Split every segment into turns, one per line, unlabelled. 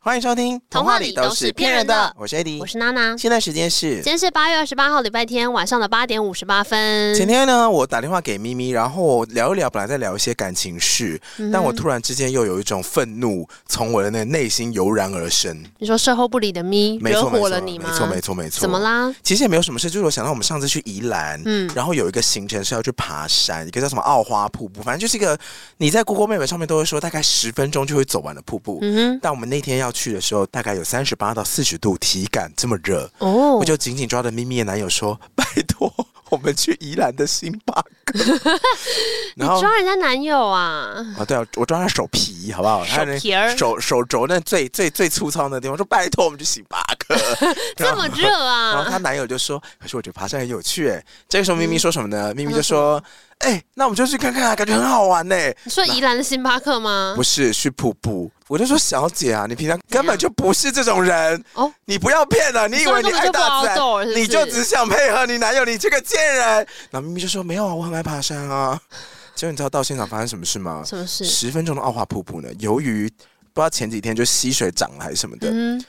欢迎收听《
童话里都是骗人的
我是 AD，
我是娜娜。
现在时间是
今天是八月二十八号，礼拜天晚上的八点五十八分。
前天呢，我打电话给咪咪，然后聊一聊，本来在聊一些感情事，
嗯
但我突然之间又有一种愤怒从我的那内心油然而生。
你说售后不理的咪
没
惹
错，没
火
错，
了你吗？
没错，没错，没错。
怎么？啦？
其实也没有什么事，就是我想到我们上次去宜兰，
嗯
然后有一个行程是要去爬山，一个叫什么奥花瀑布，反正就是一个你在 Google Map 上面都会说大概十分钟就会走完的瀑布。
嗯
但我们那天要去的时候，大概有三十八到四十度，体感这么热，
哼，哦，
我就紧紧抓着咪咪的男友说：“ 拜托，我们去宜兰的星巴克。”
你
然后
抓人家男 友啊？
啊，对啊，我抓他手皮，好不好？他那
手皮儿
手手肘那最最最粗糙的地方，说：“拜托，我们去星巴克。然
这
后
么热
然后
啊？
她男友就说：“可是我觉得爬山很有趣。”哎，这个时候咪咪说什么
嗯
呢？咪咪就说：“哎、那我们就去看看啊，感觉很好玩呢。
你说宜兰的星巴克吗
不？是去瀑布。我就说小姐啊，你平常根本就不是这种人
哦
你不要骗了，你以为你爱大自
你根本就不 outdoor，
然，
是不是
你就只想配合你男友，你这个贱人。然后咪咪就说没有啊，我很爱爬山啊。 结果你知道到现场发生什么事吗？
什么事？
十分钟的奥华瀑布呢，由于不知道前几天就溪水涨了还是什么的，
嗯，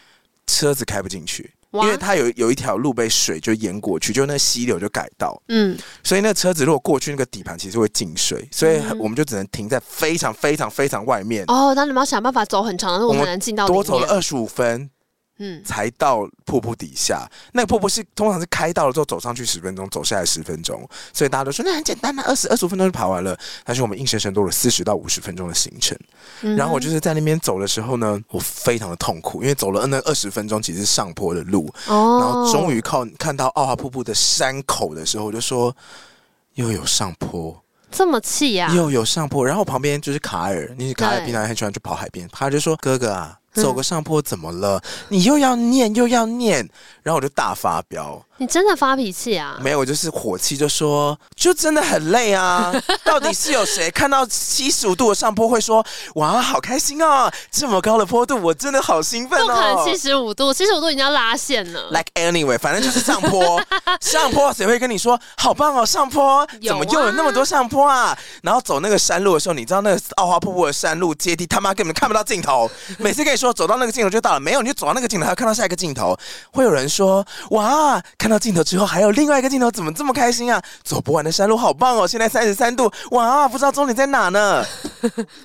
车子开不进去，因
哇
为它有有一条路被水就淹过去，就那溪流就改道，
嗯，
所以那车子如果过去，那个底盘其实会进水，所
嗯
以我们就只能停在非常非常非常外面，
哦，那你们要想办法走很长的路
我们
才能进到里
多走了
面。
二十五分
嗯，
才到瀑布底下。那个瀑布是通常是开到了之后走上去十分钟，走下来十分钟，所以大家都说那很简单啊，二十二十五分钟就爬完了。但是我们硬生生多了四十到五十分钟的行程。
嗯
然后我就是在那边走的时候呢，我非常的痛苦，因为走了那二十分钟其实是上坡的路，
哦，
然后终于靠看到奥华瀑布的山口的时候，我就说又有上坡，
这么气啊呀？
又有上坡。然后旁边就是卡尔，你是卡尔
对
平常很喜欢去跑海边，他就说：“哥哥啊，
嗯
走个上坡怎么了？你又要念又要念。”然后我就大发飙，
你真的发脾气啊？
没有，我就是火气，就说就真的很累 啊。到底是有谁看到七十五度的上坡会说哇好开心哦，这么高的坡度我真的好兴奋
不可能
哦。
七十五度，七十五度已经要拉线了。
Like anyway，反正就是上坡，上坡谁会跟你说好棒哦？上坡
有
怎
啊
么又有那么多上坡啊？然后走那个山路的时候，你知道那个奥华瀑布的山路阶梯，他妈根本看不到尽头。每次跟你说走到那个尽头就到了，没有你就走到那个尽头，还要看到下一个尽头。会有人说哇，看到尽头之后还有另外一个尽头，怎么这么开心啊？走不完的山路好棒哦！现在三十三度，哇，不知道终点在哪 呢？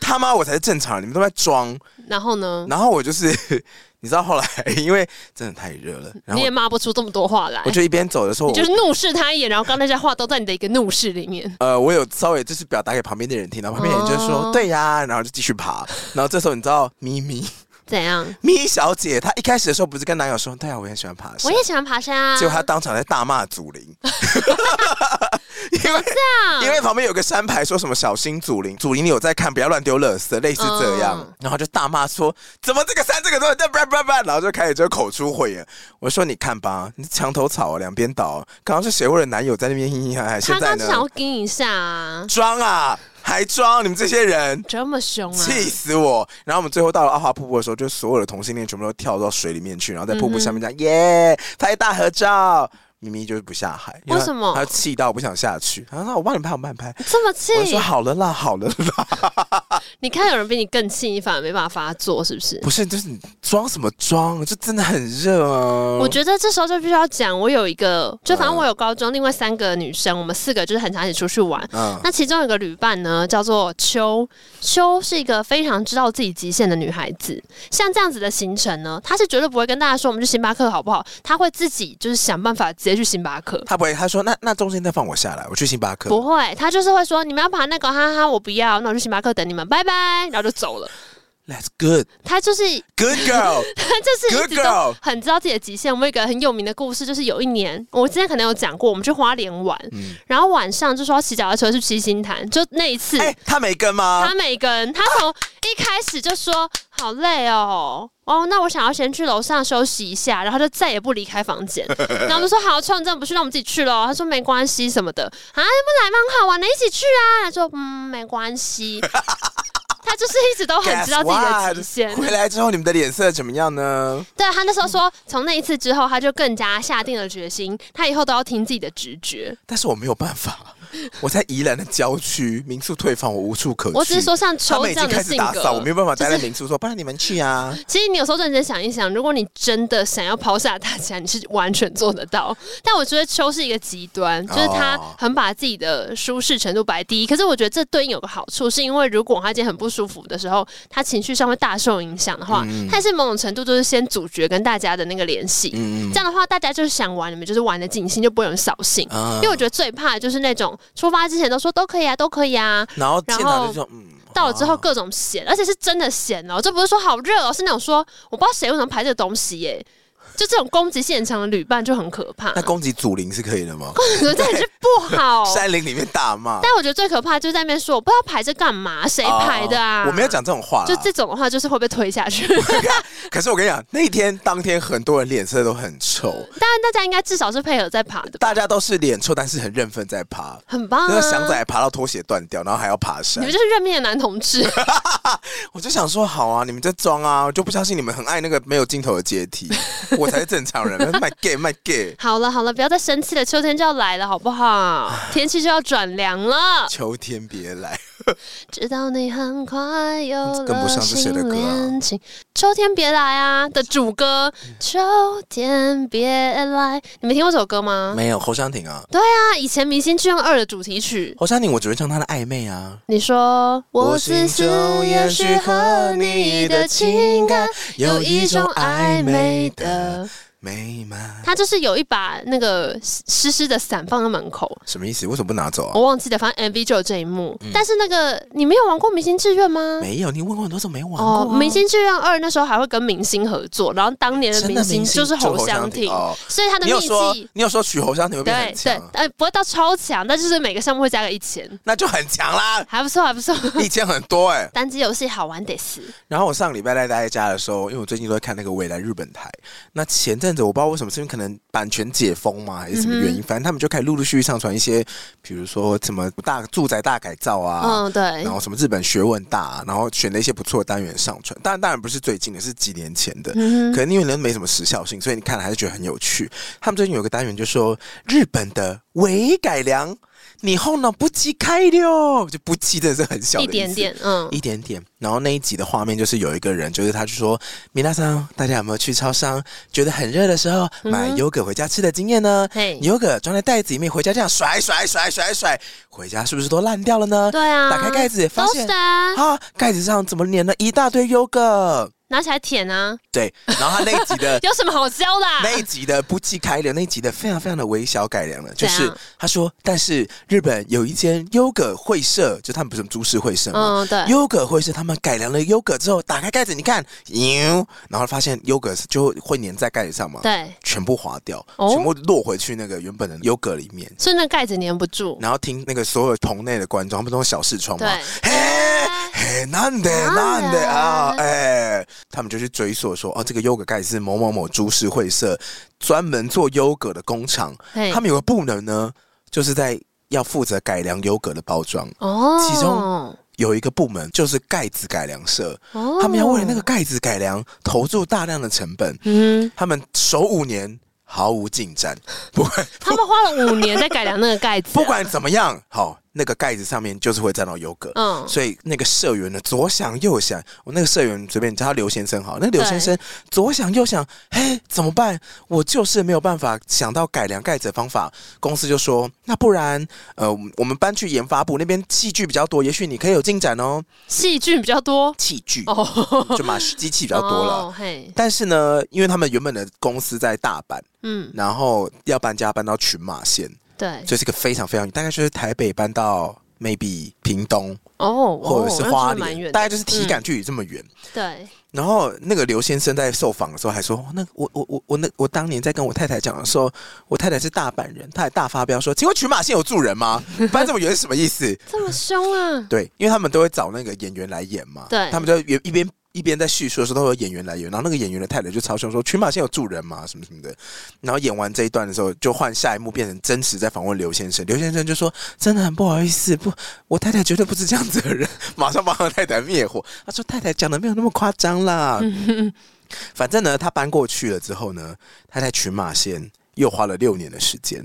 他妈我才是正常人，你们都在装。
然后呢？
然后我就是， 你知道后来因为真的太热了，然后
你
我
也骂不出这么多话来。
我就一边走的时候，
你
我
就是怒视他一眼，然后刚才那些话都在你的一个怒视里面。
呃，我有稍微就是表达给旁边的人听，然后旁边的人就说、
哦
对呀，然后就继续爬。然后这时候你知道咪咪
怎样？
咪小姐，她一开始的时候不是跟男友说对啊，我也喜欢爬
我
山，
也嗯喜欢爬山啊。
结果她当场在大骂祖灵， 因为
这样
因为旁边有个山牌说什么小心祖灵，祖灵你有在看，不要乱丢垃圾，类似这样，
嗯
然后就大骂说怎么这个山这个东西，叭叭叭叭，然后就开始就口出秽言。我说你看吧，你墙头草啊两边倒，刚刚是谁为了男友在那边嘤嘤嗨嗨，现
他
在
刚刚
呢
是想要跟一下啊，
装啊，还装你们这些人。
这么凶啊！
气死我！然后我们最后到了阿华瀑布的时候，就所有的同性恋全部都跳到水里面去，然后在瀑布下面
嗯
这样、耶拍大合照。咪咪就是不下海，因
为什么
她气到不想下去。然后她说我帮你拍，我帮你拍。
这么气
我，就说好了啦，好了啦，
你看有人比你更气，你反而没办法发作，是不是？
不是，就是你装什么装，就真的很热啊。
我觉得这时候就必须要讲，我有一个，就
嗯
反正我有高中另外三个女生，我们四个就是很常一起出去玩。
嗯，
那其中有个旅伴呢，叫做秋。秋是一个非常知道自己极限的女孩子。像这样子的行程呢，她是绝对不会跟大家说我们去星巴克好不好，她会自己就是想办法直接去星巴克。
他不会，他说那那中间再放我下来，我去星巴克。
不会，她就是会说你们要爬那个，哈哈，我不要，那我去星巴克等你们，拜拜，然后就走了。
That's good,
她就是
good girl
她就是一
Good
直都
girl
很知道自己的极限。我们有一个很有名的故事，就是有一年我之前可能有讲过，我们去花莲玩，
嗯。
然后晚上就说要骑脚踏车去七星潭，就那一次。
哎、他没跟吗
他？每个人，他从一开始就说好累哦，哦，那我想要先去楼上休息一下，然后就再也不离开房 间。然后我们说好，创正不去，那我们自己去咯。他说没关系什么的，啊，不来吗？很好玩的，一起去啊。他说嗯，没 关系。他就是一直都很知道自己
Guess
的
what？
极限。
回来之后，你们的脸色怎么样呢？
对他那时候说，从那一次之后，他就更加下定了决心，他以后都要听自己的直觉。
但是我没有办法，我在宜兰的郊区民宿退房，我无处可去。
我只是说像
他
秋
们
这
已
样
经
的
开始
性
打扫，我
格
没，有办法待在民宿说，不然你们去啊。
其实你有时候认真想一想，如果你真的想要抛下大家，你是完全做得到。但我觉得秋是一个极端，就是他
哦
很把自己的舒适程度摆第一。可是我觉得这对应有个好处，是因为如果他今天很不舒服的时候，他情绪上会大受影响的话，他是某种程度就是先阻绝跟大家的那个联系。
嗯
这样的话，大家就是想玩，你们就是玩的尽兴，就不会有人扫兴。
啊
因为我觉得最怕的就是那种出发之前都说都可以啊，都可以啊，
然后
然
现场
后
就说，嗯，
到了之后
好啊
各种咸，而且是真的咸哦，这不是说好热哦，是那种说我不知道谁为什么排这个东西耶，就这种攻击现场的旅伴就很可怕，
那攻击祖灵是可以的吗？
可 能真的是 不好。
山林里面大骂，
哦但我觉得最可怕就是在那边说我不知道排这干嘛，谁排的啊？
哦我没有，讲这种话啦，
就这种的话就是会被推 下去。
可是我跟你讲，那天当天很多人脸色都很臭，
当然大家应该至少是配合在爬的吧，
大家都是脸臭，但是很认份在爬。
很棒
那个翔
啊！
仔爬到拖鞋断掉，然后还要爬
你
山
们，就是认命的男同志，
我就想说，好啊，你们在装啊，我就不相信你们很爱那个没有尽头的阶 梯，我才是正常人，my gay my gay，
好了好了，不要再生气了，秋天就要来了，好不好？天气就要转凉了。
秋天别来，
直到你很快有
嗯跟不
了
上这谁
新
的歌啊
恋情。秋天别来啊的主歌，秋天别来，你没听过这首歌吗？
没有侯湘婷啊，
那以前《明星志愿二》的主题曲，
侯湘婷我只会唱她的暧昧啊，
你说
我心中也许和你的情感有一种暧昧的，美满，
他就是有一把那个湿湿的伞放在门口。
什么意思？为什么不拿走啊？
我忘记了，反正 MV 就有这一幕。
嗯
但是那个你没有玩过《明星志愿》吗？
没有，你问过很多次没玩过啊、
哦，《明星志愿二》那时候还会跟明星合作，然后当年的
真
明
的
星就是侯湘婷，
哦
所以他的
你
秘
有说
技，
你有说娶侯湘婷会变得
对
很
对
强，，啊
呃，不会到超强，但就是每个项目会加个一千，
那就很强啦，
还不错，还不 错。嗯
一千很多哎、
单机游戏好玩得死，
然后我上礼拜在待在家的时候，因为我最近都在看那个未来日本台，那前阵子我不知道为什么，是因为可能版权解封嘛，还是什么原因，
嗯
反正他们就开始陆陆续续上传一些，比如说什么大住宅大改造啊，
嗯，对
然，后什么日本学问大，然后选了一些不错的单元上传，当然当然不是最近的，是几年前的。
嗯
可能因为人没什么时效性，所以你看了还是觉得很有趣。他们最近有个单元就说日本的微改良，你后脑不及开了，就不及真的是很小的
一
意思
点点，嗯，
一点点。然后那一集的画面就是有一个人，就是他就说：“米娜桑，大家有没有去超商觉得很热的时候买优格回家吃的经验呢？
嗯嘿
优格装在袋子里面回家这样甩甩甩甩甩，回家是不是都烂掉了呢？
对啊，
打开盖子发
都
现
是啊，
啊，盖子上怎么粘了一大堆优格？
拿起来舔啊，
对，然后他那一集的
有什么好教 的啊？
那一集的不计开流，那一集的非常非常的微小改良了，就
怎
是
样
他说，但是日本有一间优格会社，就他们不是什么株式会社吗？
嗯，对，
优格会是他们改良了优格之后，打开盖子，你看，牛，然后发现优格就会粘在盖子上嘛，
对，
全部划掉，
哦
全部落回去那个原本的优格里面。
所以那盖子粘不住，
然后听那个所有棚内的观众，他们都是小视窗嘛，
对
嘿，嘿，なんで
な
な
ん
ん
で
で啊，哎，他们就去追溯说，哦，这个优格盖是某某某株式会社专门做优格的工厂，
嘿
他们有个部门呢，就是在要负责改良优格的包装，
哦，
其中有一个部门就是盖子改良社，
哦
他们要为了那个，盖子改良投入大量的成本，
嗯，
他们首五年毫无进展，不管
他们花了五年在改良那个盖子，啊
不，管怎么样，好，那个盖子上面就是会沾到优格。
嗯，
所以那个社员呢，左想右想，我那个社员随便叫他刘先生好，那刘先生左想右想，嘿，怎么办？我就是没有办法想到改良盖子的方法。公司就说，那不然，呃，我们搬去研发部那边器具比较多，也许你可以有进展哦。
细菌比较多，
器具、
哦，
就嘛，机器比较多了。
哦，嘿，
但是呢，因为他们原本的公司在大阪，
嗯，
然后要搬家搬到群马县，
对，
所以是个非常非常大概就是台北搬到 maybe 屏东
哦，
或者是
哦那
花
真的蛮
莲，
远的
大概就是体感距离这么远。
对，
然后那个刘先生在受访的时候还说，哦那我我我我那我当年在跟我太太讲的时候，我太太是大阪人，她还大发飙说，请问群马县有住人吗？ 搬这么远是什么意思？
这么凶啊！
对，因为他们都会找那个演员来演嘛，
对
他们就一边一边在叙述的时候，都会有演员来演，然后那个演员的太太就嘲笑说群马县有住人嘛，什么什么的，然后演完这一段的时候，就换下一幕变成真实在访问刘先生，刘先生就说真的很不好意思，不，我太太绝对不是这样子的人，马上帮他太太灭火，他说太太讲的没有那么夸张啦，反正呢，他搬过去了之后呢，他在群马县又花了六年的时间。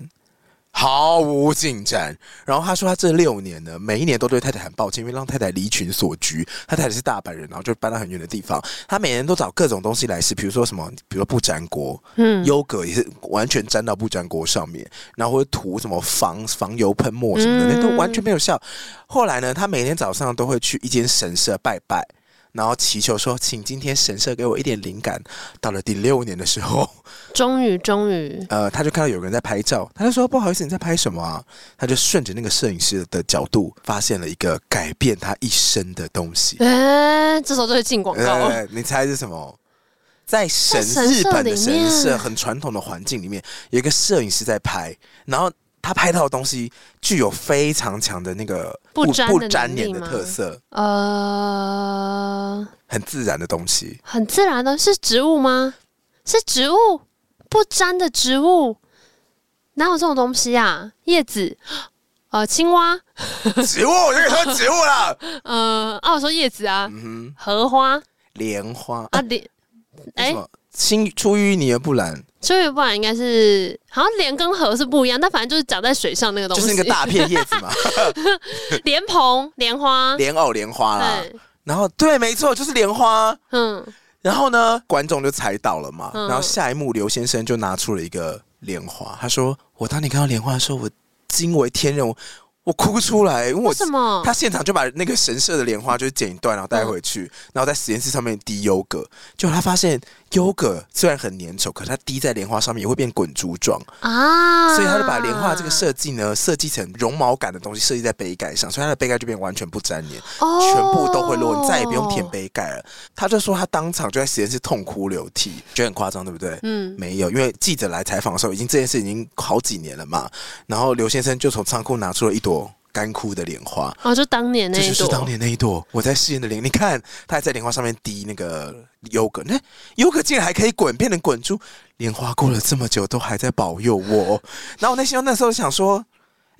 毫无进展。然后他说，他这六年呢，每一年都对太太很抱歉，因为让太太离群索居。他太太是大阪人，然后就搬到很远的地方。他每年都找各种东西来吃，比如说什么，比如说不粘锅，
嗯，
优格也是完全沾到不粘锅上面，然后会涂什么防防油喷墨什么的，那都
嗯
完全没有效。后来呢，他每天早上都会去一间神社拜拜，然后祈求说，请今天神社给我一点灵感。到了第六年的时候，
终于终于，
呃，他就看到有个人在拍照，他就说：“不好意思，你在拍什么啊？”他就顺着那个摄影师的角度，发现了一个改变他一生的东西。
哎、这时候就会进广告了。
呃，你猜是什么？
哦
在神
在神社
日本的
里
神
面
社很传统的环境里面，有一个摄影师在拍，然后他拍到的东西具有非常强的那个
不
不
沾的
不
能
粘
力
黏的
吗
特色，
呃，
很自然的东西。
很自然的，是植物吗？是植物，不沾的植物，哪有这种东西啊？叶子，呃，青蛙，
植物，我就跟你说植物了。
呃，啊，我说叶子啊，
嗯哼，
荷花
莲花，
啊，莲，
哎、
哎、
什么？青出淤泥而不染，
所以不然应该是，好像莲跟荷是不一样，但反正就是长在水上那个东
就
西，
是那个大片叶子嘛，
莲蓬、莲花，
莲藕、莲花啦。
对，
然后对，没错，就是莲花。
嗯，
然后呢，观众就猜到了嘛。
嗯
然后下一幕，刘先生就拿出了一个莲花，他说：“我当你看到莲花的时候，我惊为天人，我我哭出来，因为我
为什么？
他现场就把那个神社的莲花就是剪一段，然后带回去，
嗯
然后在实验室上面滴优格。结果他发现优格虽然很粘稠，可它滴在莲花上面也会变滚珠状，
啊，
所以他就把莲花这个设计呢设计成绒毛感的东西设计在杯盖上，所以它的杯盖就变完全不粘黏。”
哦
全部都会落，你再也不用舔杯盖了。他就说他当场就在实验室痛哭流涕，觉得很夸张，对不对？
嗯，
没有，因为记者来采访的时候，已经这件事已经好几年了嘛。然后刘先生就从仓库拿出了一朵干枯的莲花，
哦，就当年那
这
一
就是
朵，
当年那一朵我在试验的莲。你看，他还在莲花上面滴那个优格，那优格竟然还可以滚，变成滚珠。莲花过了这么久，都还在保佑我。然后我内心那时候想说。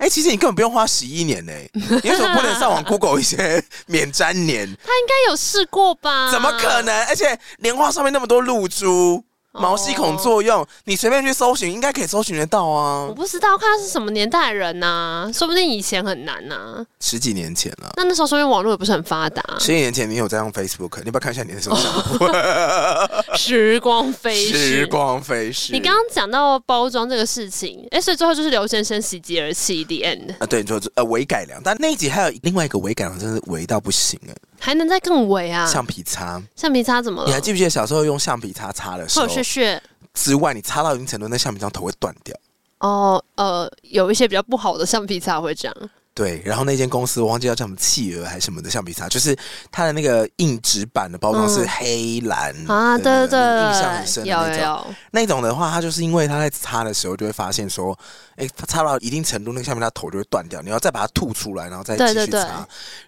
哎、其实你根本不用花十一年呢、你为什么不能上网 Google 一些 免粘 黏？
他应该有试过吧？
怎么可？能？而且莲花上面那么多露珠、
哦
毛细孔作用，你随便去搜寻，应该可以搜寻得到啊
我。不知道，看他是什么年代的人呐、说不定以前很难呐、
十几年前了。
那那时候说明网络也不是很发达，
十几年前，你有在用 Facebook？你要不要看一下你的手账？
时光哦飞逝
时。光飞逝。
你刚刚讲到包装这个事情，哎、所以最后就是刘先生喜极而泣，the end，
啊，对，就是呃微改良，但那一集还有另外一个微改良，真是微到不行哎！
还能再更伪啊？呃
橡皮擦，
橡皮擦怎么
你还
了？哦
记不记得小时候用橡皮擦擦的时
会
候
有，屑屑
之外你擦到一定程度，那橡皮擦头会断掉。
哦，呃，有一些比较不好的橡皮擦会这样，
对，然后那间公司我忘记叫叫什么企鹅还是什么的橡皮擦，就是它的那个硬纸板的包装是
嗯
黑蓝、
啊，对对
那个印象很深的
对，有
那
有
种。
有，
那种的话，它就是因为它在擦的时候就会发现说，哎，它擦到一定程度，那个橡皮擦头就会断掉，你要再把它吐出来，然后再继续擦。
对对对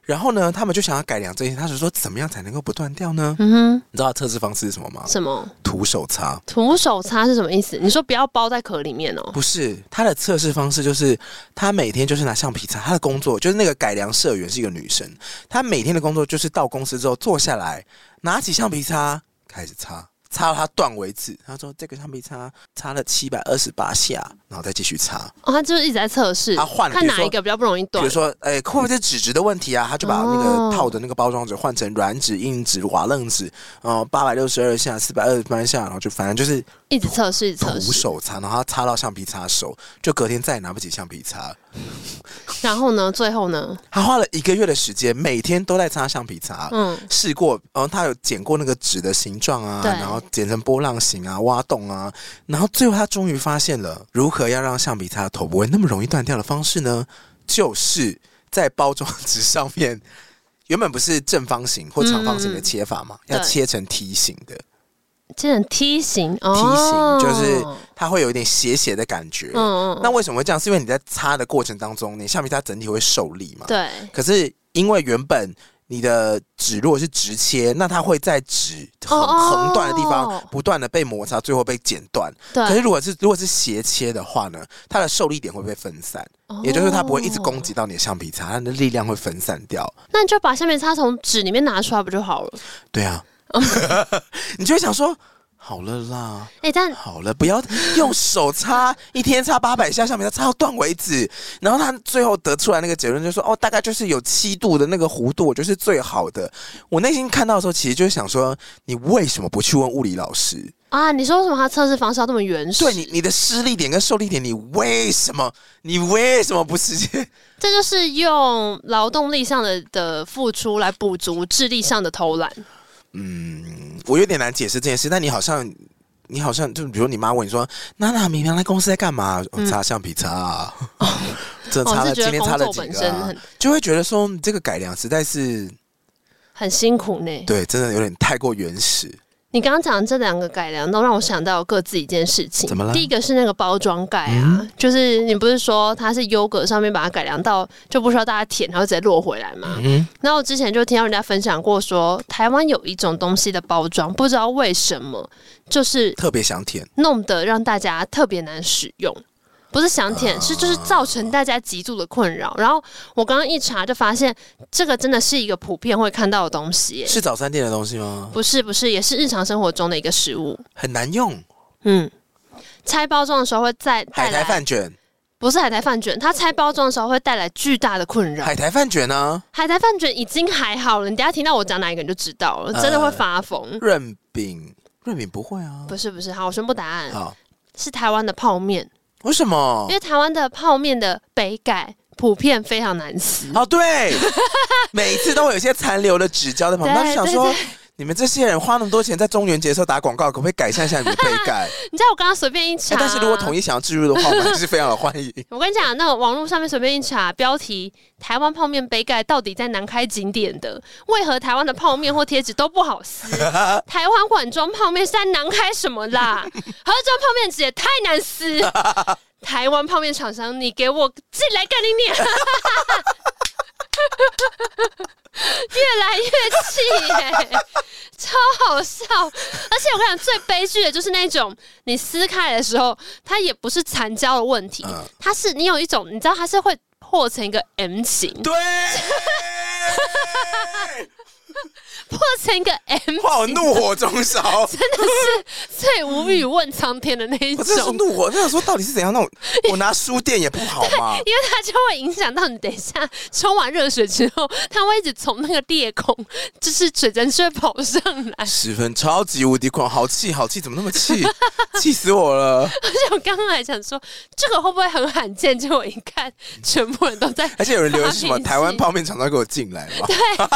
然后呢，他们就想要改良这些，他就说怎么样才能够不断掉呢？
嗯
你知道它测试方式是什么吗
哼，？什么？
徒手擦。
徒手擦是什么意思？你说不要包在壳里面哦。
不是，他的测试方式就是，他每天就是拿橡皮擦。他的工作就是那个改良社员是一个女生，她每天的工作就是到公司之后坐下来，拿起橡皮擦开始擦，擦到它断为止。她说这个橡皮擦擦了七百二十八下，然后再继续擦。
哦，他就是一直在测试，
他啊换了
看
比如
哪
说
一个比较不容易
比
断
如。说，哎、会不会是纸质的问题啊？他就把那
哦
个套的那个包装纸换成软纸、硬纸、瓦楞纸，嗯、呃，八百六十二下、四百二十八下，然后就反正就是
一直测试，一直测
徒
试。
手擦，然后他擦到橡皮擦手，就隔天再也拿不起橡皮擦了。
然后呢，最后呢，
他花了一个月的时间，每天都在擦橡皮擦。
嗯，
试过，然后他有剪过那个纸的形状啊，
对
然后剪成波浪形啊、挖洞啊，然后最后他终于发现了如何要让橡皮擦的头不会那么容易断掉的方式呢，就是在包装纸上面，原本不是正方形或长方形的切法嘛，
嗯嗯
要切成梯形的，
这种梯形，
梯
哦
形就是它会有一点斜斜的感觉。
嗯
那为什么会这样？是因为你在擦的过程当中，你橡皮擦整体会受力嘛？
对，
可是因为原本你的纸如果是直切，那它会在纸横
哦哦
横断的地方不断的被摩擦，最后被剪断。可是
对，
如果是如果是斜切的话呢，它的受力点会被分散，也就是它不会一直攻
哦。
击到你的橡皮擦，它的力量会分散掉。
那你就 把橡皮擦从纸里面拿出来不就好了？
对啊，你就会想说。好了啦，
哎、但
好了，不要用手擦，一天擦八百下，橡皮擦擦到断为止。然后他最后得出来那个结论就是说，哦，大概就是有七度的那个弧度，我就是最好的。我内心看到的时候，其实就是想说，你为什么不去问物理老师？
啊，你说为什么他测试方式要这么原始？
对你，你的施力点跟受力点，你为什么？你为什么不直接？
这就是用劳动力上的的付出来补足智力上的偷懒。
我有点难解释这件事，但你好像，你好像就比如你妈问你说：“娜娜，你原来公司在干嘛？”哦擦橡皮擦、啊，这、呃
哦
擦了、
是觉
今
得
天擦了
工
几
作
个、
本身
啊
很，
就会觉得说你这个改良实在是
很辛苦呢。
对，真的有点太过原始。
你刚刚讲的这两个改良，都让我想到各自一件事情。
怎么了嗯
第一个是那个包装盖啊，就是你不是说它是优格上面把它改良到就不需要大家舔，然后直接落回来嘛？
嗯，
那我之前就听到人家分享过说台湾有一种东西的包装，不知道为什么就是
特别想舔，
弄得让大家特别难使用。不是想
啊
舔，是就是造成大家极度的困扰。然后我刚刚一查就发现，这个真的是一个普遍会看到的东西耶、
是早餐店的东西吗？
不是不是，也是日常生活中的一个食物。
很难用，
嗯，拆包装的时候会再带
海苔
来，
饭卷，
不是海苔饭卷，它拆包装的时候会带来巨大的困扰。
海苔饭卷啊呢？
海苔饭卷已经还好了，你等一下听到我讲哪一个你就知道了，真的
呃
会发疯。
润饼，润饼不会啊。
嗯不是不是，好，我宣布答案
好，
是台湾的泡面，
为什么
因？为台湾的泡面的杯盖普遍非常难撕。
哦，对，每次都会有一些残留的纸胶在旁边，
对
那就想
对
说。你们这些人花那么多钱在中元节的时候打广告，可不可以改善一下你们的杯 盖？
你知道我刚刚随便一查，
哎但是如果统
一，
一想要置入的话，我们还 是非常的欢迎。
我跟你讲，那个网络上面随便一查，标题“台湾泡面杯盖到底在南开景点的？为何台湾的泡面或贴纸都不好撕？台湾碗装泡面是在南开什么 啦？盒装泡面纸也太难撕。台湾泡面厂商，你给我进来干你脸！ 越来越气耶、超好笑！而且我跟你讲，最悲剧的就是那种你撕开来的时候，它也不是残胶的问题
嗯，
它是你有一种你知道它是会破成一个 M 型，
对，
破成一个 M，
哇，我怒火中烧，
最无语问苍天的那一
我真的是
种。
怒火。那想说到底是怎样？那 我我拿书垫也不好吗？
因为它就会影响到你。等一下冲完热水之后，它会一直从那个裂孔，就是水蒸气会跑上来。
十分超级无敌狂，好气好气，怎么那么气？气死我了！
而且我刚刚还想说，这个会不会很罕见？结果一看，全部人都在
而且有人留言是什 么
发脾气
台湾泡面厂商给我进来嘛？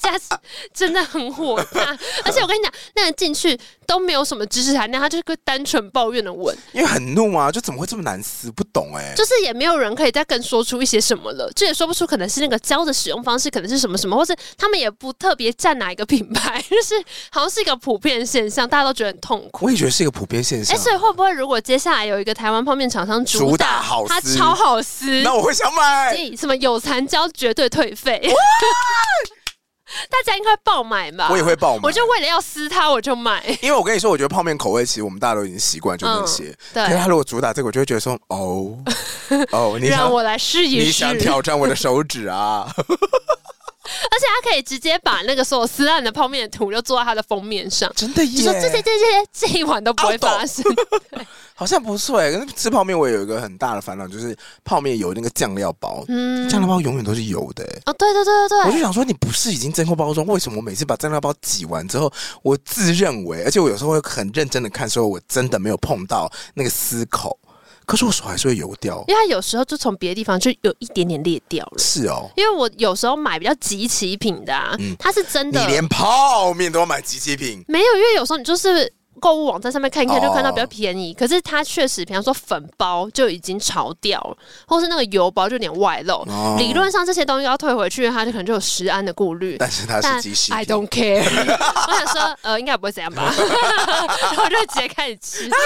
大家是真的很火 大，而且我跟你讲，那个进去都没有什么知识含量，他就是个单纯抱怨的文，
因为很怒啊，就怎么会这么难撕？不懂哎、
就是也没有人可以再更说出一些什么了，这也说不出可能是那个胶的使用方式，可能是什么什么，或是他们也不特别站哪一个品牌， 就是好像是一个普遍现象，大家都觉得很痛苦。
我也觉得是一个普遍现
哎、
象。
所以会不会如果接下来有一个台湾泡面厂商
主
主
打
打
好
它
撕
超好撕，
那我会想买，
所以什么有残胶绝对退费， 大家应该爆买吧？
我也会爆买
我。就为了要撕它，我就买。
因为我跟你说，我觉得泡面口味其实我们大家都已经习惯就那些，
嗯对
可是他如果主打这个，我就会觉得说， 哦哦，你
让
想
我来试一
你
试，
想挑战我的手指 啊？
而且它可以直接把那个所有撕烂的泡面的图就做在它的封面上，
真的
就说这些
耶，
这些这一碗都不会发生。
好像不错哎。可是吃泡面我也有一个很大的烦恼，就是泡面有那个酱料包，
嗯，
酱料包永远都是油的欸。
哦，对对对对
我就
对，
想说，你不是已经真空包装，为什么我每次把酱料包挤完之后，我自认为，而且我有时候会很认真的看，说我真的没有碰到那个撕口，可是我手还是会油掉。
因为它有时候就从别的地方就有一点点裂掉了。
是哦，
因为我有时候买比较集齐品的啊，它是真
你
的
连泡面都要买机器品。
没有，因为有时候你就是购物网站上面看一看，就看到比较
哦
便宜，可是它确实，比方说粉包就已经潮掉了，或是那个油包就有点外露。
哦
理论上这些东西要退回去，因为它就可能就有食安的顾虑。
但是它是
但
即食
I
品，
don't care，我想说，呃，应该不会怎样吧， 然后我就直接开始吃。但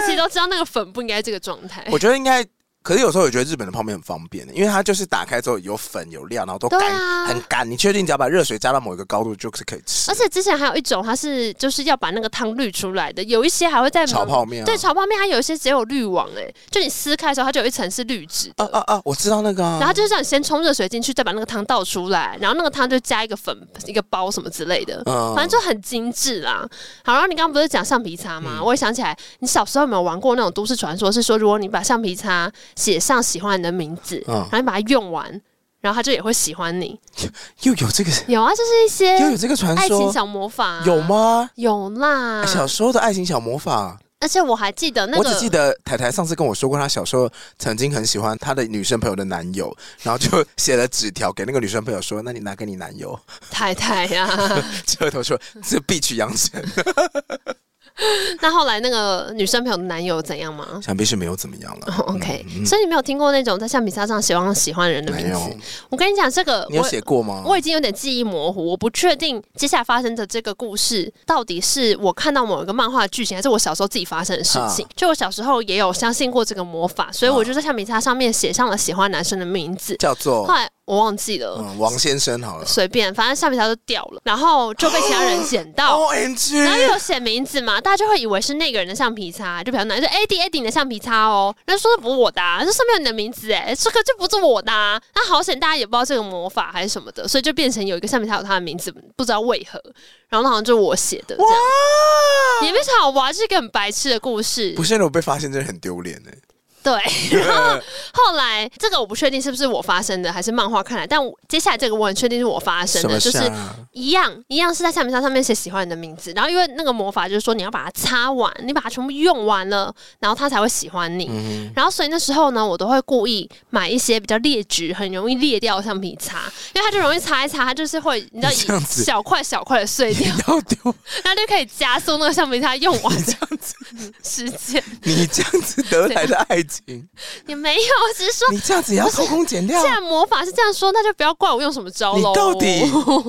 我其实都知道那个粉不应该这个状态。
我觉得应该可是有时候我觉得日本的泡面很方便，因为它就是打开之后有粉有料，然后都
对
干、
啊
很干。你确定只要把热水加到某一个高度，就是可以吃。
而且之前还有一种，它是就是要把那个汤滤出来的，有一些还会在
炒泡面、啊，
对，炒泡面它有一些只有滤网哎、就你撕开的时候，它就有一层是滤纸的。
啊啊啊！我知道那个、啊，
然后就是让你先冲热水进去，再把那个汤倒出来，然后那个汤就加一个粉、一个包什么之类的，
嗯
反正就很精致啦。好，然后你刚刚不是讲橡皮擦
嗯
吗？我也想起来，你小时候有没有玩过那种都市传说？是说如果你把橡皮擦写上喜欢你的名字，
嗯
然后你把它用完，然后它就也会喜欢你。
又有这个，
有啊，就是一
又有
些
这个传
爱情
说，
小魔法、啊，
有？吗？哎
有啦，
小时候的爱情小魔法，
而且我还记得那
我
个，
只记得台台上次跟我说过，她小时候曾经很喜欢她的女生朋友的男友，然后就写了纸条给那个女生朋友说：“那你拿给你男友。
太太呀、 啊。”
车头说：“这必取养 成，
那后来那个女生朋友的男友怎样吗？
想必是没有怎么样了。
哦 OK，、所以你没有听过那种在橡皮擦上写上喜欢的人的
嗯没
名
有
字。，我跟你讲，这个
你有
我
写过吗？
我已经有点记忆模糊，我不确定接下来发生的这个故事到底是我看到某一个漫画的剧情，还是我小时候自己发生的事情。就我小时候也有相信过这个魔法，所以我就在橡皮擦上面写上了喜欢男生的名字。
叫
后
做
来我忘记了，
哦嗯王先生 好了。
随便，反正橡皮擦就掉了，然后就被其他人捡到。
O
然后
M
又有写名字嘛，大家就会以为是那个人的橡皮擦，就比较难，就 A D A D 你的橡皮擦哦，那说的不是我的、啊，这上面有你的名字哎，这个就不是我的、啊。那好险，大家也不知道这个魔法还是什么的，所以就变成有一个橡皮擦有他的名字，不知道为何，然后那好像就是我写的这样，
哇！
也没想到哇，这是一个很白痴的故事
不。是，如果被发现真的很丢脸哎。
对， 然后后来这个我不确定是不是我发生的，还是漫画看来，但我接下来这个我很确定是我发生
什
的，
么
就
事
是
啊？
一样，一样是在橡皮擦上面写喜欢你的名字，然后因为那个魔法就是说你要把它擦完，你把它全部用完了，然后他才会喜欢你。
嗯
然后所以那时候呢，我都会故意买一些比较劣质、很容易裂掉的橡皮擦，因为它就容易擦一擦，它就是会你知道
你 这样子
小块小块的碎掉，
哼，要 丢
然后就可以加速那个橡皮擦用完的时间。
你这样子得来的爱情，
也没有，只是说。
你这样子也要偷工减料
既。然魔法是这样说，那就不要怪我用什么招
你
喽。，
到底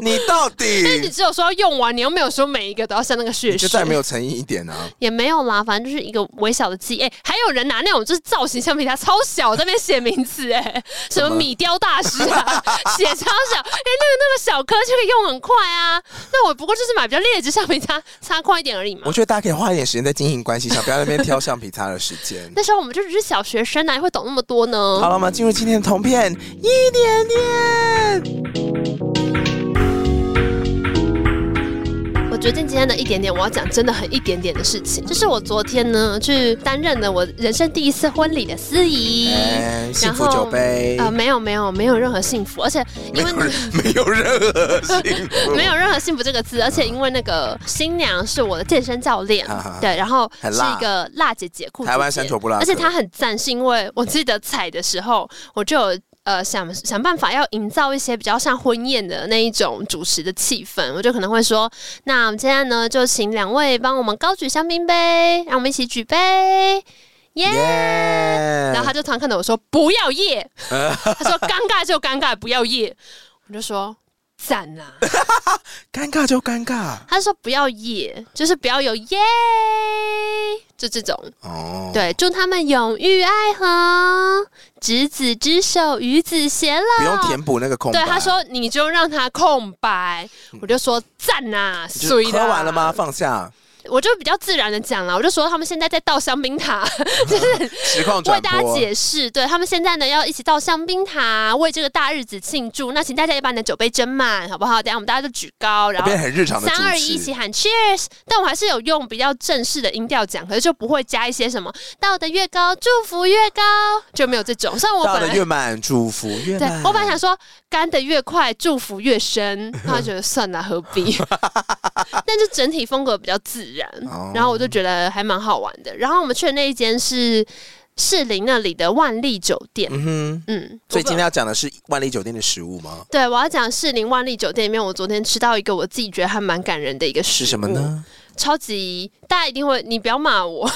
你 到
你
底，
只有说要用完，你又没有说每一个都要像那个血
你就
血。
再没有诚意一点啊！
也没有啦，反正就是一个微小的记忆。哎、还有人拿那种就是造型橡皮擦超小在那边写名字、哎，什么米雕大师啊， 写超小，哎、那个那个小颗就可以用很快啊。那我不过就是买比较劣质橡皮擦，擦快一点而已嘛。
我。觉得大家可以花一点时间在经营关系上，不要在那边挑橡皮擦的时间
那时候我们就只是小学生哪啊会懂那么多呢？
好了吗？进入今天的同片一点点。
我决定今天的一点点，我要讲真的很一点点的事情，就是我昨天呢去担任了我人生第一次婚礼的司仪。
哎，幸福
然
酒
后
杯，
呃，没有没有没有任何幸福，而且
没
因为
有人没有任何幸福，
没有任何幸福这个字，而且因为那个新娘是我的健身教练
啊哈哈，
对，然后
很
是
辣
一个辣姐姐酷姐姐，
台湾山头布拉克
而且她很赞，是因为我记得踩的时候，我就有。呃，想想办法要营造一些比较像婚宴的那一种主持的气氛，我就可能会说，那我们现在呢就请两位帮我们高举香槟杯，让我们一起举杯，耶、
耶。
然后他就突然看到我说不要耶，他说尴尬就尴尬，不要耶，我就说赞啊啦、
尴尬就尴尬
他说不要耶，就是不要有耶，就这种。
哦。
对，啊祝他们永浴爱河，执子之手，与子偕
不
老。
用填补那个空白。嗯
对，他说你就让他空白，我就说赞呐、啊，
就
水
喝完了吗？？放下，
我就比较自然的讲了，我就说他们现在在倒香槟塔， 就是
实况
为
转
大家
播。
解释，对他们现在呢要一起倒香槟塔，为这个大日子庆祝。那请大家也把你的酒杯斟满，好不好？等一下我们大家就举高，然
我
后
变得很日常的主
三二
持
一，一起喊 Cheers！但我还是有用比较正式的音调讲，可是就不会加一些什么“到的越高，祝福越高”，就没有这种。虽然我
到
本
的
来
越满，祝福越
对
满。
我本来想说干的越快，祝福 越深，然后觉得算了，何必？但就整体风格比较自然
哦，
然后我就觉得还蛮好玩的。然后我们去的那一间是士林那里的万丽酒店，
嗯哼，
嗯，
所以今
我不
天要讲的是万丽酒店的食物吗？
对我要讲士林万丽酒店里面，我昨天吃到一个我自己觉得还蛮感人的一个食
是什
物
么
嗯
呢？
超级，大家一定会，你不要骂我，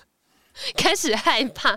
开始害怕。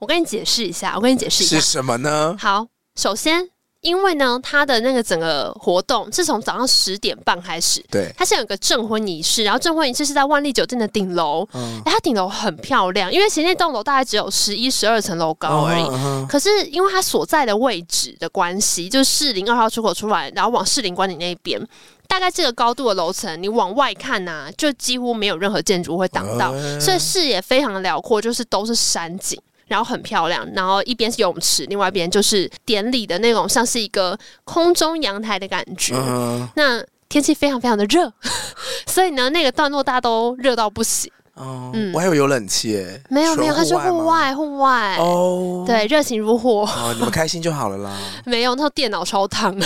我跟你解释一下，我跟你解释一
是
下。
什么呢？
好，首先因为呢，他的那个整个活动是从早上十点半开始，
对，
他现在有个证婚仪式，然后证婚仪式是在万丽酒店的顶楼，
嗯，
哎，它顶楼很漂亮，因为其实那栋楼大概只有十一、十二层楼高而已。
嗯
可是因为它所在的位置的关系，就是士林二号出口出来，然后往士林观景那边，大概这个高度的楼层，你往外看呐、就几乎没有任何建筑会挡到，
哎
所以视野非常的辽阔，就是都是山景。然后很漂亮，然后一边是游泳池，另外一边就是典礼的那种，像是一个空中阳台的感觉。
嗯
那天气非常非常的热， 所以呢，那个段落大家都热到不行。
哦
嗯
我还以为有冷气耶，
没有没有，它是
纯
户
吗
外户外，
哦，，
对，热情如火。
哦，你们开心就好了啦。
没有，那时候电脑 超烫。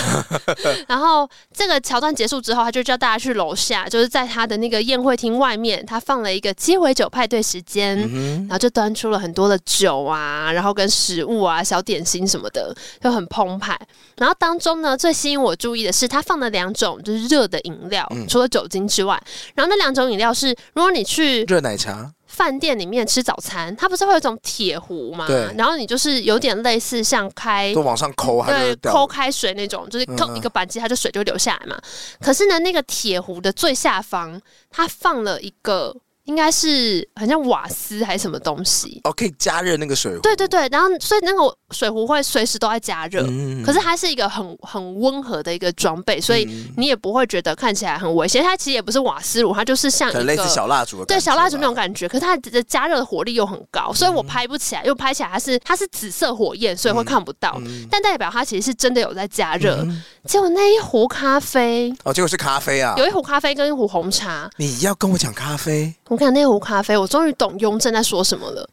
然后这个桥段结束之后，他就叫大家去楼下，就是在他的那个宴会厅外面，他放了一个鸡尾酒派对时间。
嗯
然后就端出了很多的酒啊，然后跟食物啊、小点心什么的，就很澎湃。然后当中呢，最吸引我注意的是，它放了两种就是热的饮料，
嗯
除了酒精之外，然后那两种饮料是，如果你去
哼，热奶茶，
饭店里面吃早餐，它不是会有一种铁壶嘛
对？
然后你就是有点类似像开
就往上抠，它就
哎对
会掉
抠开水那种，就是
嗯
扣一个扳机，它就水就流下来嘛。可是呢，那个铁壶的最下方，它放了一个应该是很像瓦斯还是什么东西。
哦，可以加热那个水壶。
对对对，然后所以那个水壶会随时都在加热，
嗯
可是它是一个很很温和的一个装备，所以
嗯
你也不会觉得看起来很危险。它其实也不是瓦斯炉，它就是像
可
一
能类似
个
小蜡烛的
对
感觉
小蜡烛那种
吧。嗯
感觉，可是它的加热的火力又很高，所以我拍不起来，又拍起来它是它是紫色火焰，所以会看不到，
嗯
但代表它其实是真的有在加热。
嗯
结果那一壶咖啡，
哦，结果是咖啡啊！
有一壶咖啡跟一壶红茶，
你要跟我讲咖啡？
我看那壶咖啡，我终于懂雍正在说什么了。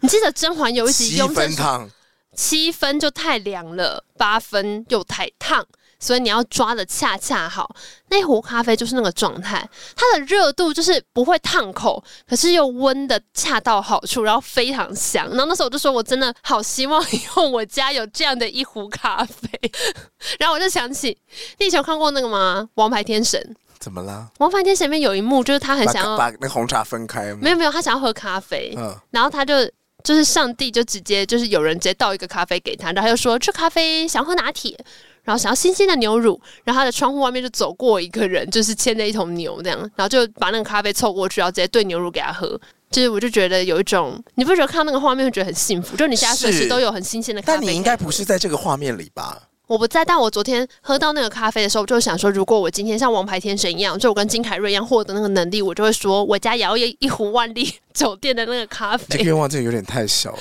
你记得甄嬛有一集
七
雍正
分
说
烫，
七分就太凉了，八分又太烫，所以你要抓的恰恰好。那壶咖啡就是那个状态，它的热度就是不会烫口，可是又温的恰到好处，然后非常香。然后那时候我就说我真的好希望以后我家有这样的一壶咖啡。 然后我就想起，你以前有看过那个吗？《王牌天神》《
怎么啦？
王牌天神》里面有一幕就是他很
把
想要，
把那个红茶分开吗？
没有没有，他想要喝咖啡，
嗯，
然后他就就是上帝就直接就是有人直接倒一个咖啡给他，然后他就说这咖啡想喝拿铁，然后想要新鲜的牛乳，然后他的窗户外面就走过一个人，就是牵着一头牛这样，然后就把那个咖啡凑过去，然后直接兑牛乳给他喝。就是我就觉得有一种，你不觉得看到那个画面会觉得很幸福？就你家随时
是
都有很新鲜的咖啡
但
可以喝。
你应该不是在这个画面里吧？
我不在，但我昨天喝到那个咖啡的时候，我就想说，如果我今天像王牌天神一样，就我跟金凯瑞一样获得那个能力，我就会说，我家也要一一壶万利酒店的那个咖
这个
啡。
愿望真的有点太小了。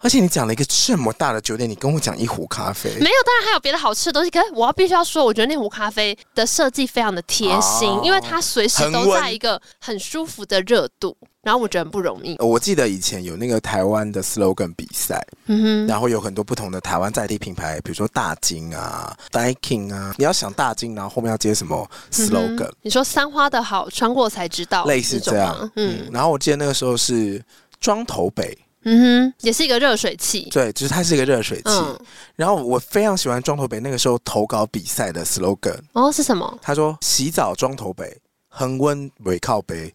而且你讲了一个这么大的酒店，你跟我讲一壶咖啡，
没有，当然还有别的好吃的东西，可是我要必须要说，我觉得那壶咖啡的设计非常的贴心，
哦
因为它随时
恒
都
温
在一个很舒服的热度，然后我觉得很不容易。
呃我记得以前有那个台湾的 slogan 比赛，
嗯哼，
然后有很多不同的台湾在地品牌，比如说大金啊、Daikin 啊，你要想大金，然后后面要接什
嗯
么 slogan，、
你说三花的好，穿过才知道，
类似这
种
样
吗。
嗯
嗯
然后我记得那个时候是庄头北，
嗯哼，也是一个热水器。
对，就是它是一个热水器。
嗯，
然后我非常喜欢庄头北那个时候投稿比赛的 slogan，
哦，是什么？
他说：“洗澡庄头北，恒温尾靠北。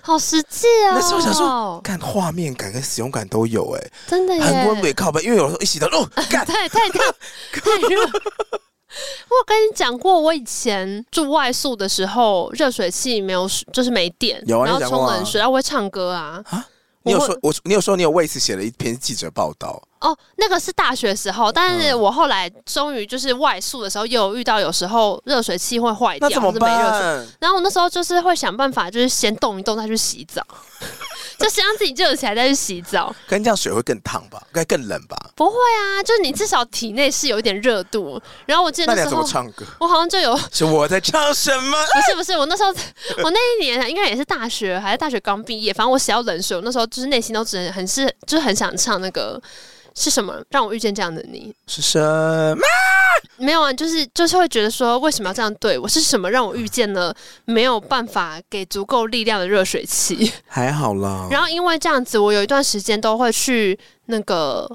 好实际哦！
那时候想说，看画面感跟使用感都有、欸，
真的耶，
恒温尾靠北，因为有时候一洗澡， 哦，干，
太太 太太热。我跟你讲过，我以前住外宿的时候，热水器没有水，就是没电，
有啊
然后
你讲
冲
过啊
冷水，然后我会唱歌啊。
你有
我会
说我，你有说你有为此写了一篇记者报道，
哦，那个是大学时候，但
嗯
是我后来终于就是外宿的时候，又有遇到有时候热水器会坏掉，
那怎么
或者没热水
办？
然后我那时候就是会想办法，就是先动一动再去洗澡， 就先让自己热起来再去洗澡。
跟这样水会更烫吧？应该更冷吧？
不会啊，就是你至少体内是有一点热度。然后我记
那
得
你
那
要
时
怎
候
么，唱 歌？
我好像就有
是我在唱什么？
不是不是，我那时候我那一年应该也是大学，还是大学刚毕业，反正我写到冷水，我那时候就是内心都只能很是，就是很想唱那个是什么让我遇见这样的你？
是什么？
没有啊，就是就是会觉得说为什么要这样对我？是什么让我遇见了没有办法给足够力量的热水器？
还好啦。
然后因为这样子，我有一段时间都会去那个。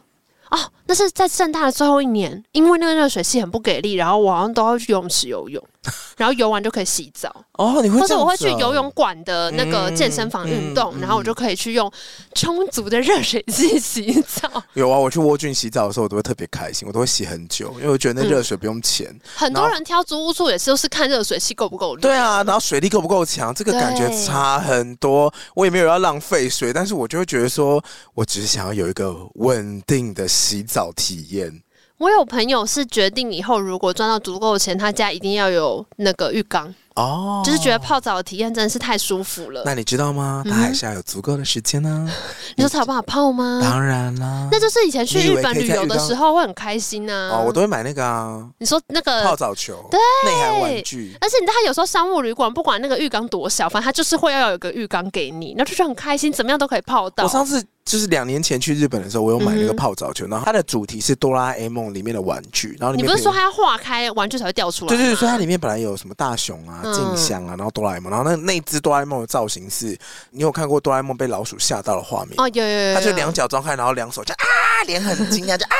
哦，那是在正大的最后一年，因为那个热水器很不给力，然后我好像都要去游泳池游泳， 然后游完就可以洗澡，
哦，你会
或
这
者
样
我会
子
去
哦
游泳馆的那个健身房运动，
嗯嗯嗯
然后我就可以去用充足的热水器洗澡。
有啊，我去窝菌洗澡的时候，我都会特别开心，我都会洗很久，因为我
嗯
觉得那热水不用钱。
很多人挑租屋处也是，就是看热水器够不够热。
对啊，然后水力够不够强，这个感觉
对
差很多。我也没有要浪费水，但是我就会觉得说，我只是想要有一个稳定的洗澡体验。
我有朋友是决定以后如果赚到足够的钱，他家一定要有那个浴缸，
哦，
就是觉得嗯泡澡的体验真的是太舒服了。
那你知道吗？他还是要有足够的时间呢、
你说才有办法泡吗？
当然啦，
那就是以前去
你以为
日本
可以
旅
在
游
浴
的
缸
时候会很开心呐、
哦，我都会买那个啊，
你说那
泡
个，
澡球，
对
内涵玩具。
而且你知道，他有时候商务旅馆不管那个浴缸多小，反正他就是会要有个浴缸给你，那就是很开心，怎么样都可以泡到
我。上次就是两年前去日本的时候，我有买那个
嗯哼
泡澡球，然后它的主题是哆啦 A 梦里面的玩具，然后里
你
面
不是
比如
说它要化开玩具才会掉出来
对
吗？
对对，所以它里面本来有什么大雄啊、
嗯
静香啊，然后哆啦 A 梦，然后那那只哆啦 A 梦的造型是，你有看过哆啦 A 梦被老鼠吓到的画面？
哦，有有有有，
他就
有
两脚张开，然后两手就啊，脸很惊讶，就啊，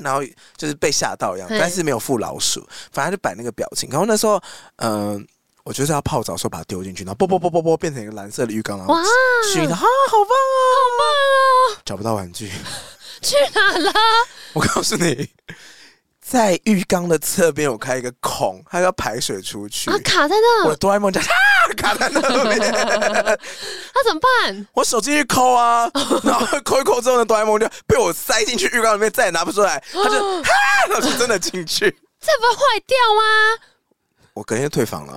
然后就是被吓到一样，
对
但是没有附老鼠，反正就摆那个表情。然后那时候，嗯、我就是要泡澡的时候把它丢进去，然后啵啵啵啵啵变成一个蓝色的浴缸，然后
哇，
熏的啊，好棒啊！
嗯好棒哦！
找不到玩具，
去哪了？
我告诉你，在浴缸的侧边有开一个孔，它要排水出去。
啊，卡在
我
那
的，哆啦 A 梦 就啊卡在那 边，
那怎么办？
我手进去抠 啊，然后抠一抠之后呢，哆啦 A 梦就被我塞进去浴缸里面，再也拿不出来，他就啊， 然后就真的进去。
这不会坏掉吗？
我隔天就退 房了，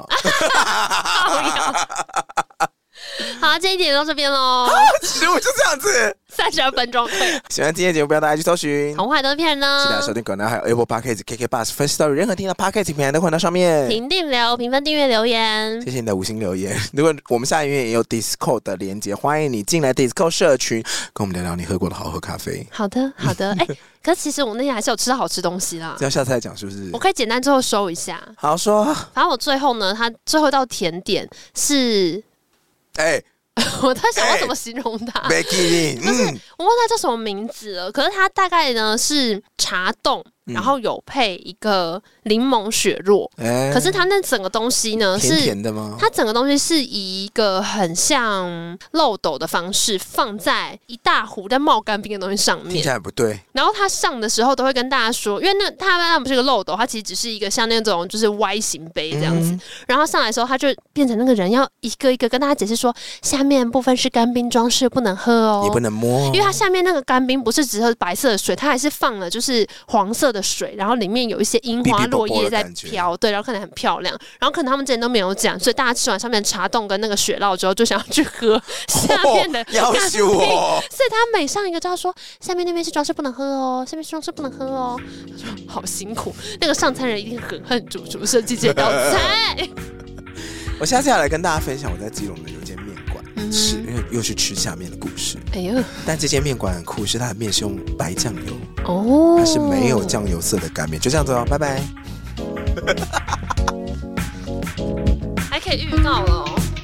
好，今天一点到这边喽，
其实我就这样子。
三十二分钟， 对
喜欢今天的节目，不要大家去搜寻，记
童话都是骗人
得要
呢
收。听广播，还有 Apple Podcast、KK Bus、First Story，任何听到 Podcast 平台都会到上面。
评定留、评分、订阅、留言
谢，谢你的五星留言。 如果我们下一月也有 Discord 的连接，欢迎你进来 Discord 社群，跟我们聊聊你喝过的好喝咖啡。
好的，好的。哎、可是其实我那天还是有吃到好吃东西啦
这。样下次再讲是不是
我？可以简单最后收一下。
好说，
反正我最后呢，它最后一道甜点是，
哎、
我在想要怎么形容它，
b e c k y
啊就是
嗯，
我忘记它叫什么名字了。可是它大概呢是茶冻，
嗯
然后有配一个柠檬雪落。
哎
可是它那整个东西呢
甜
是
甜的吗？
它整个东西是以一个很像漏斗的方式放在一大壶在冒干冰的东西上
听
面
起，来不对，
然后它上的时候都会跟大家说，因为那它那不是个漏斗，它其实只是一个像那种就是 Y 型杯这样子。
嗯
然后上来的时候，他就变成那个人要一个一个跟大家解释说，下面部分是干冰装饰，不能喝哦，
也不能摸，
因为它下面那个干冰不是只有白色的水，它还是放了就是黄色的水，然后里面有一些樱花落
哔哔啵啵的
叶在
感觉
飘，对，然后看起来很漂亮。然后可能他们之前都没有讲，所以大家吃完上面的茶冻跟那个雪酪之后，就想要去 喝下面的
哦要
干
求
冰
我，
所以他每上一个就要说，下面那边是装饰不能喝哦，下面是装饰不能喝哦，他说好辛苦，那个上餐人一定很恨主厨设计这道 菜。
我下次要来跟大家分享我在基隆的有一间面
嗯
馆吃，因为又是吃下面的故事。
哎呦，
但这间面馆很酷，是它的面是用白酱油，
哦，
它是没有酱油色的干面。就这样子哦，拜拜。
还可以预告了哦。